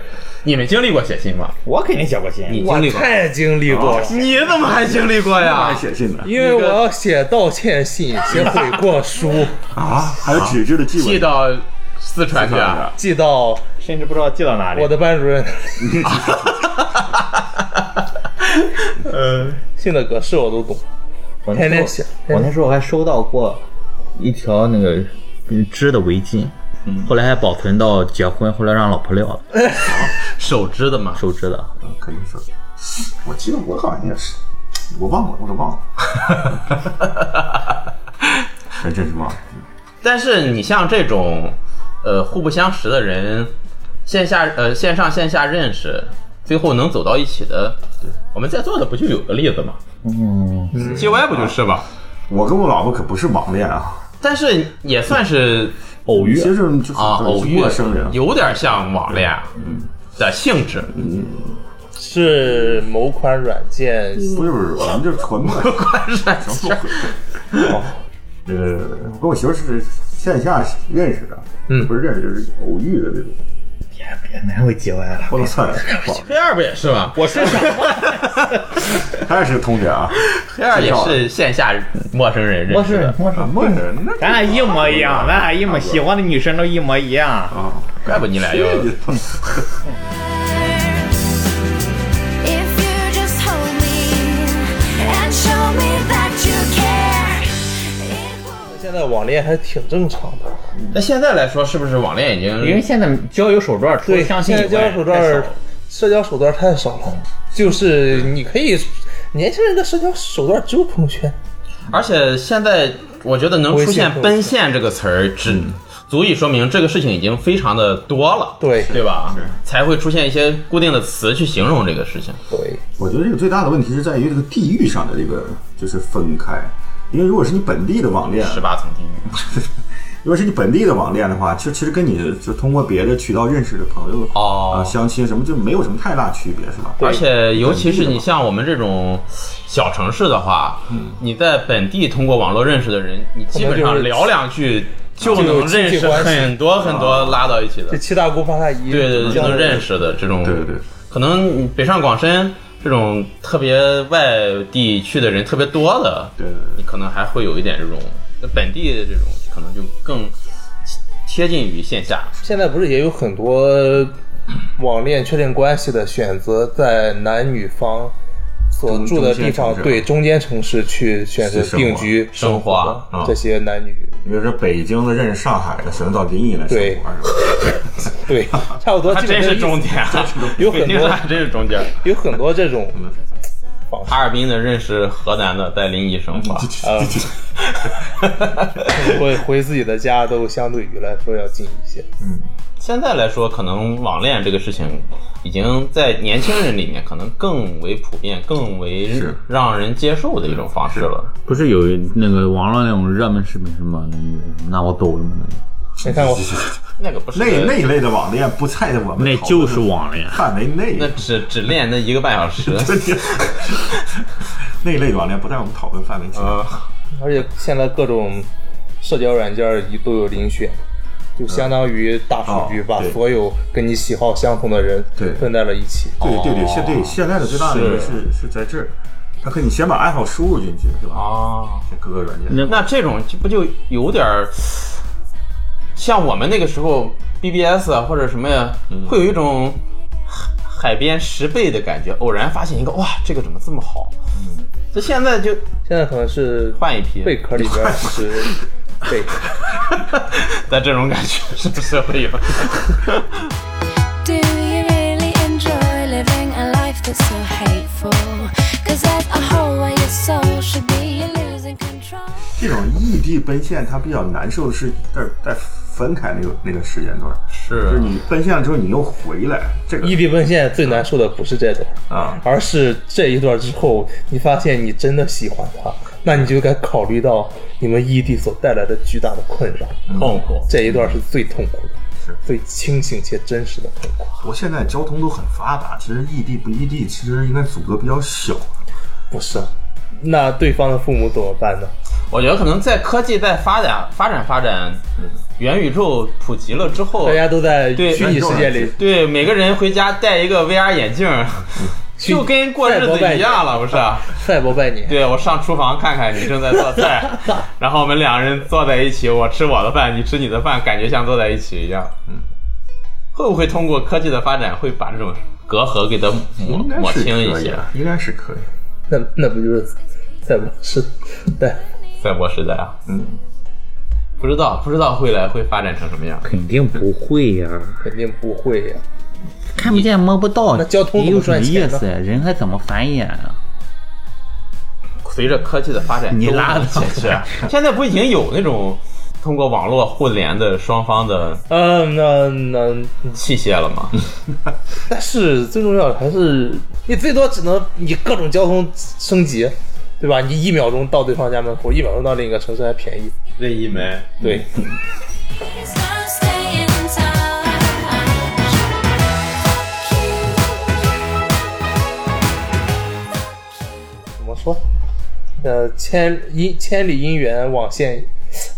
Speaker 3: 你们经历过写信吗？
Speaker 11: 我肯定写过信。
Speaker 3: 你
Speaker 5: 我
Speaker 3: 经历过？
Speaker 5: 太经历过了，
Speaker 3: 你怎么还经历过
Speaker 4: 爱
Speaker 3: 呀？
Speaker 4: 写信的
Speaker 5: 因为我要写道歉信，写悔过书，
Speaker 4: 啊，还有纸质的寄
Speaker 3: 寄
Speaker 4: 文，
Speaker 3: 到四川去啊？
Speaker 5: 寄到
Speaker 11: 甚至不知道寄到哪里。
Speaker 5: 我的班主任。呃，信的格式我都懂，
Speaker 11: 我
Speaker 5: 天
Speaker 11: 那
Speaker 5: 天
Speaker 11: 时
Speaker 5: 写
Speaker 11: 候我那时候还收到过一条那个织的围巾，
Speaker 5: 嗯
Speaker 11: 后来还保存到结婚，后来让老婆撂了，
Speaker 3: 手织的吗？
Speaker 11: 手织的。
Speaker 4: 可以说，我记得我好像也是，我忘了，我都忘了，还真是忘了。
Speaker 3: 但是你像这种，呃，互不相识的人，线下呃线上线下认识，最后能走到一起的，我们在座的不就有个例子吗？嗯，T Y 不就是吗？
Speaker 4: 我跟我老婆可不是网恋啊，
Speaker 3: 但是也算是
Speaker 4: 偶遇，其实就是
Speaker 3: 啊
Speaker 4: 很
Speaker 3: 偶遇
Speaker 4: 陌生人，
Speaker 3: 有点像网恋的性质。
Speaker 5: 是某款软件
Speaker 4: 不是不是，咱们就是纯陌生。
Speaker 3: 嗯
Speaker 4: 什么鬼？呃，我跟我媳妇儿是线下认识的，嗯，不是认识就是偶遇的这种，
Speaker 11: 别难为结歪 了。
Speaker 4: 不能算网
Speaker 3: 黑二不也是吗？我
Speaker 4: 他也是个同学啊，
Speaker 3: 黑二也 是线下陌生人认识的。
Speaker 11: 陌
Speaker 4: 啊，陌生人，那
Speaker 11: 咱俩一模一样，咱俩一模喜
Speaker 4: 喜
Speaker 11: 欢的女生都一模一样。
Speaker 4: 啊，
Speaker 3: 怪不你俩要
Speaker 4: 这
Speaker 1: If you just hold me and show me that you care, it will
Speaker 5: 现在网恋还挺正常的，
Speaker 3: 那现在来说，是不是网恋已
Speaker 2: 嗯
Speaker 11: 因为
Speaker 3: 经
Speaker 11: 现在交友手段除了
Speaker 5: 对，
Speaker 11: 相
Speaker 5: 现
Speaker 11: 亲
Speaker 5: 在
Speaker 11: 以
Speaker 5: 交
Speaker 11: 外
Speaker 5: 友，手段，社交手段太少了，就是你可以，年轻人的社交手段只有朋友圈，
Speaker 3: 而且现在我觉得能出现
Speaker 5: 微
Speaker 3: “
Speaker 5: 信
Speaker 3: 奔现”这个词儿，只足以说明这个事情已经非常的多了，
Speaker 5: 对
Speaker 3: 对吧？才会出现一些固定的词去形容这个事情。
Speaker 5: 对，
Speaker 4: 我觉得这个最大的问题是在于这个地域上的这个就是分开，因为如果是你本地的网
Speaker 5: 啊
Speaker 4: 恋，
Speaker 3: 十八层地狱
Speaker 4: 如果是你本地的网恋的话，其实其实跟你就通过别的渠道认识的朋友啊、
Speaker 3: 哦。
Speaker 4: 相亲什么就没有什么太大区别，是吧？
Speaker 3: 而且，尤其是你像我们这种小城市的话，
Speaker 5: 嗯
Speaker 3: 你在本地通过网络认识的人，你基本上聊两句就
Speaker 5: 啊就有
Speaker 3: 能
Speaker 5: 亲戚
Speaker 3: 认识
Speaker 5: 关系啊
Speaker 3: 很多很多拉到一起的
Speaker 5: 这，七大姑八大姨，
Speaker 3: 对对对，就能认识的这种，
Speaker 4: 对对对，
Speaker 3: 可能你北上广深这种特别外地去的人特别多的，
Speaker 4: 对对对
Speaker 3: 你可能还会有一点这种本地的这种，可能就更贴近于线下。
Speaker 5: 现在不是也有很多呃网恋确定关系的选择在男女方所住的地
Speaker 4: 中中间
Speaker 5: 方，
Speaker 4: 城市
Speaker 5: 对中间城市去选择
Speaker 4: 去生活
Speaker 5: 定居
Speaker 3: 生活
Speaker 5: 活
Speaker 4: 啊
Speaker 5: 这些男女，
Speaker 4: 你比如说北京的认识上海的，可能到临沂来生
Speaker 5: 对
Speaker 4: 活，是吧？
Speaker 5: 对，差不多，
Speaker 3: 它
Speaker 5: 基本
Speaker 3: 真
Speaker 5: 上
Speaker 3: 是中间，
Speaker 4: 啊
Speaker 5: 有很多
Speaker 3: 北京它真是中间。
Speaker 5: 有很多这种
Speaker 3: 哈尔滨的认识河南的，在临沂生活，
Speaker 4: 嗯
Speaker 5: 回回自己的家都相对于来说要近一些。
Speaker 3: 现在来说，可能网恋这个事情已经在年轻人里面可能更为普遍、更为
Speaker 4: 是
Speaker 3: 让人接受的一种方式了。
Speaker 2: 不是有那个网络那种热门视频什么，那我走什么的，
Speaker 5: 没看过，
Speaker 3: 那个不是
Speaker 4: 那那一类的网恋不在我们
Speaker 2: 那
Speaker 4: 讨论
Speaker 2: 就是网恋。
Speaker 4: 范围内
Speaker 3: 那只只练那一个半小时，
Speaker 4: 那一类网恋不在我们讨论范围之内。
Speaker 5: 而且现在各种社交软件儿都有遴选，就相当于大数
Speaker 4: 嗯
Speaker 5: 据
Speaker 4: 哦
Speaker 5: 把
Speaker 4: 对
Speaker 5: 所有跟你喜好相同的人
Speaker 4: 对哦
Speaker 5: 分在了一起。
Speaker 4: 对对对，现对现在的最大的一个是是在这儿，它可以先把爱好输入进去，是吧？
Speaker 3: 啊，
Speaker 4: 各个软件，
Speaker 3: 那这种就不就有点儿像我们那个时候 BBS 啊或者什么呀，会有一种海海边拾贝的感觉，偶然发现一个，哇，这个怎么这么好？这现在就
Speaker 5: 现在可能是
Speaker 3: 换一批
Speaker 5: 贝壳里边 是贝，
Speaker 3: 但这种感觉是不是会有？
Speaker 1: Do you really enjoy living a life that's so hateful? Cause as a whole, where your soul should be, you're losing control.
Speaker 4: 这种异地奔现，它比较难受的是在在分开那个那个时间段，就是
Speaker 3: 是
Speaker 4: 你奔现了之后你又回来，这个
Speaker 5: 异地奔现最难受的不是这段，
Speaker 4: 啊，
Speaker 5: 而是这一段之后，你发现你真的喜欢他，那你就该考虑到你们异地所带来的巨大的困扰。
Speaker 3: 痛苦，
Speaker 5: 这一段是最痛苦的，最清醒且真实的痛苦。
Speaker 4: 不过现在交通都很发达，其实异地不异地，其实应该阻隔比较小。
Speaker 5: 不是，那对方的父母怎么办呢？
Speaker 3: 我觉得可能在科技在发展发展发展，元宇宙普及了之后
Speaker 5: 大，家都在
Speaker 3: 嗯对
Speaker 5: 虚拟世界里，
Speaker 3: 对每个人回家戴一个 VR 眼镜儿，就跟过日子一样了，不是？啊
Speaker 5: 赛博拜 年。
Speaker 3: 对我上厨房看看你正在做 菜，然后我们两人坐在一起，我吃我的饭，你吃你的饭，感觉像坐在一起一样。嗯，会不会通过科技的发展，会把这种隔阂给它抹
Speaker 4: 应该
Speaker 3: 抹
Speaker 4: 是
Speaker 3: 清一
Speaker 4: 可以
Speaker 3: 些？
Speaker 4: 的，应该是可以。
Speaker 5: 那那不就是赛博 是？对，
Speaker 3: 赛博时代啊，嗯，不知道不知道未来会发展成什么样。
Speaker 2: 肯定不会呀、
Speaker 5: 肯定不会呀、
Speaker 2: 看不见摸不到，
Speaker 5: 那交通
Speaker 2: 你
Speaker 5: 怎么
Speaker 2: 有什么
Speaker 5: 赚
Speaker 2: 意
Speaker 5: 钱呢
Speaker 2: 思呀？人还怎么繁衍啊？
Speaker 3: 随着科技的发展，
Speaker 2: 你拉倒
Speaker 3: 倒是 啊，现在不已经有那种通过网络互联的双方的
Speaker 5: 嗯，那那，
Speaker 3: 器械了吗？
Speaker 5: 但是最重要的还是你最多只能你各种交通升级，对吧？你一秒钟到对方家门口，一秒钟到另一个城市还便宜。
Speaker 3: 任意门
Speaker 5: 对，
Speaker 1: Cause I'm staying in touch.
Speaker 5: 怎么说？呃，千姻千里姻缘网线，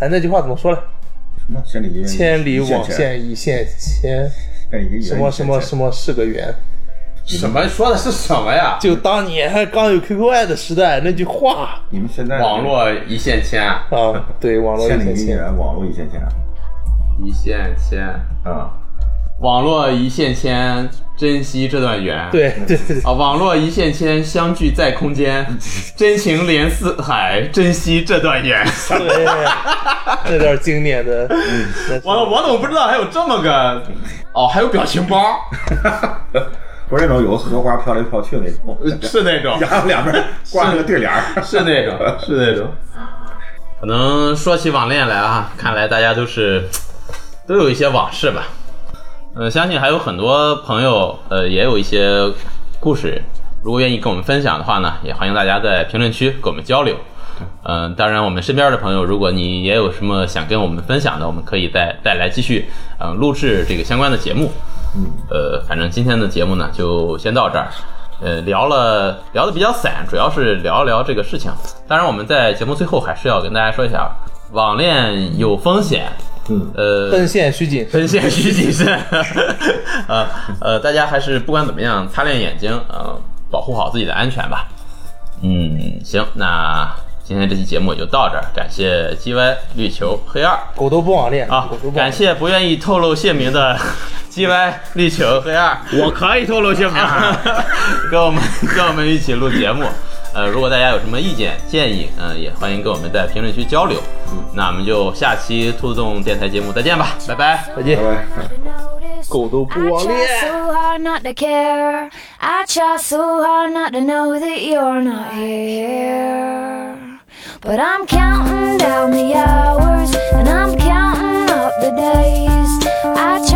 Speaker 5: 哎，那句话怎么说来？
Speaker 4: 什么千里
Speaker 5: 千里网，线一线牵，什么什么什么是个缘。
Speaker 3: 什么说的是什么呀？
Speaker 5: 就当年刚有 QQ 爱的时代那句话
Speaker 4: 你们现在
Speaker 3: 网络一线牵，
Speaker 5: 啊，对，网络一
Speaker 4: 千里
Speaker 5: 线
Speaker 4: 姻
Speaker 5: 牵，
Speaker 4: 缘，网络一线牵
Speaker 3: 一线牵，
Speaker 4: 啊，
Speaker 3: 网络一线牵，珍惜这段缘。
Speaker 5: 对对对，
Speaker 3: 啊，网络一线牵，相聚在空 间，真情连四海，珍惜这段 缘。
Speaker 5: 对，这段经典的，
Speaker 3: 我我怎么不知道还有这么 个？哦，还有表情 包，
Speaker 4: 不是那种有个荷花飘来飘去那种，
Speaker 3: 是那种。
Speaker 4: 然后两边挂了个对联儿。
Speaker 3: 是那种，是那种。可能说起网恋来啊，看来大家都是都有一些往事吧。呃，相信还有很多朋友，呃，也有一些故事。如果愿意跟我们分享的话呢，也欢迎大家在评论区跟我们交流。嗯、当然，我们身边的朋友，如果你也有什么想跟我们分享的，我们可以再再来继续，嗯、录制这个相关的节目。呃，反正今天的节目呢，就先到这儿。呃，聊了聊的比较散，主要是聊一聊这个事情。当然，我们在节目最后还是要跟大家说一下，网恋有风险，嗯，呃，
Speaker 5: 奔现需谨慎，
Speaker 3: 分线需谨慎。 呃呃，大家还是不管怎么样，擦亮眼睛，呃，保护好自己的安全吧。嗯，行，那今天这期节目就到这儿，感谢 GY 绿球黑二。
Speaker 5: 狗都不网恋
Speaker 3: 啊
Speaker 5: 狗都，不网
Speaker 3: 感
Speaker 5: 恋
Speaker 3: 谢不愿意透露姓名 的 GY 绿球黑 二，
Speaker 2: 我可以透露姓名。
Speaker 3: 跟我们跟我们一起录节目。呃，如果大家有什么意见建议，嗯、也欢迎跟我们在评论区交流。那我们就下期兔子洞电台节目再见吧，拜拜。
Speaker 5: 再见，
Speaker 1: Notice.
Speaker 5: 狗都不
Speaker 1: I
Speaker 5: 网
Speaker 1: try
Speaker 5: 恋。
Speaker 1: so hard not to care. I try so hard not to know that you're not here. But I'm counting down the hours and I'm counting up the days. I try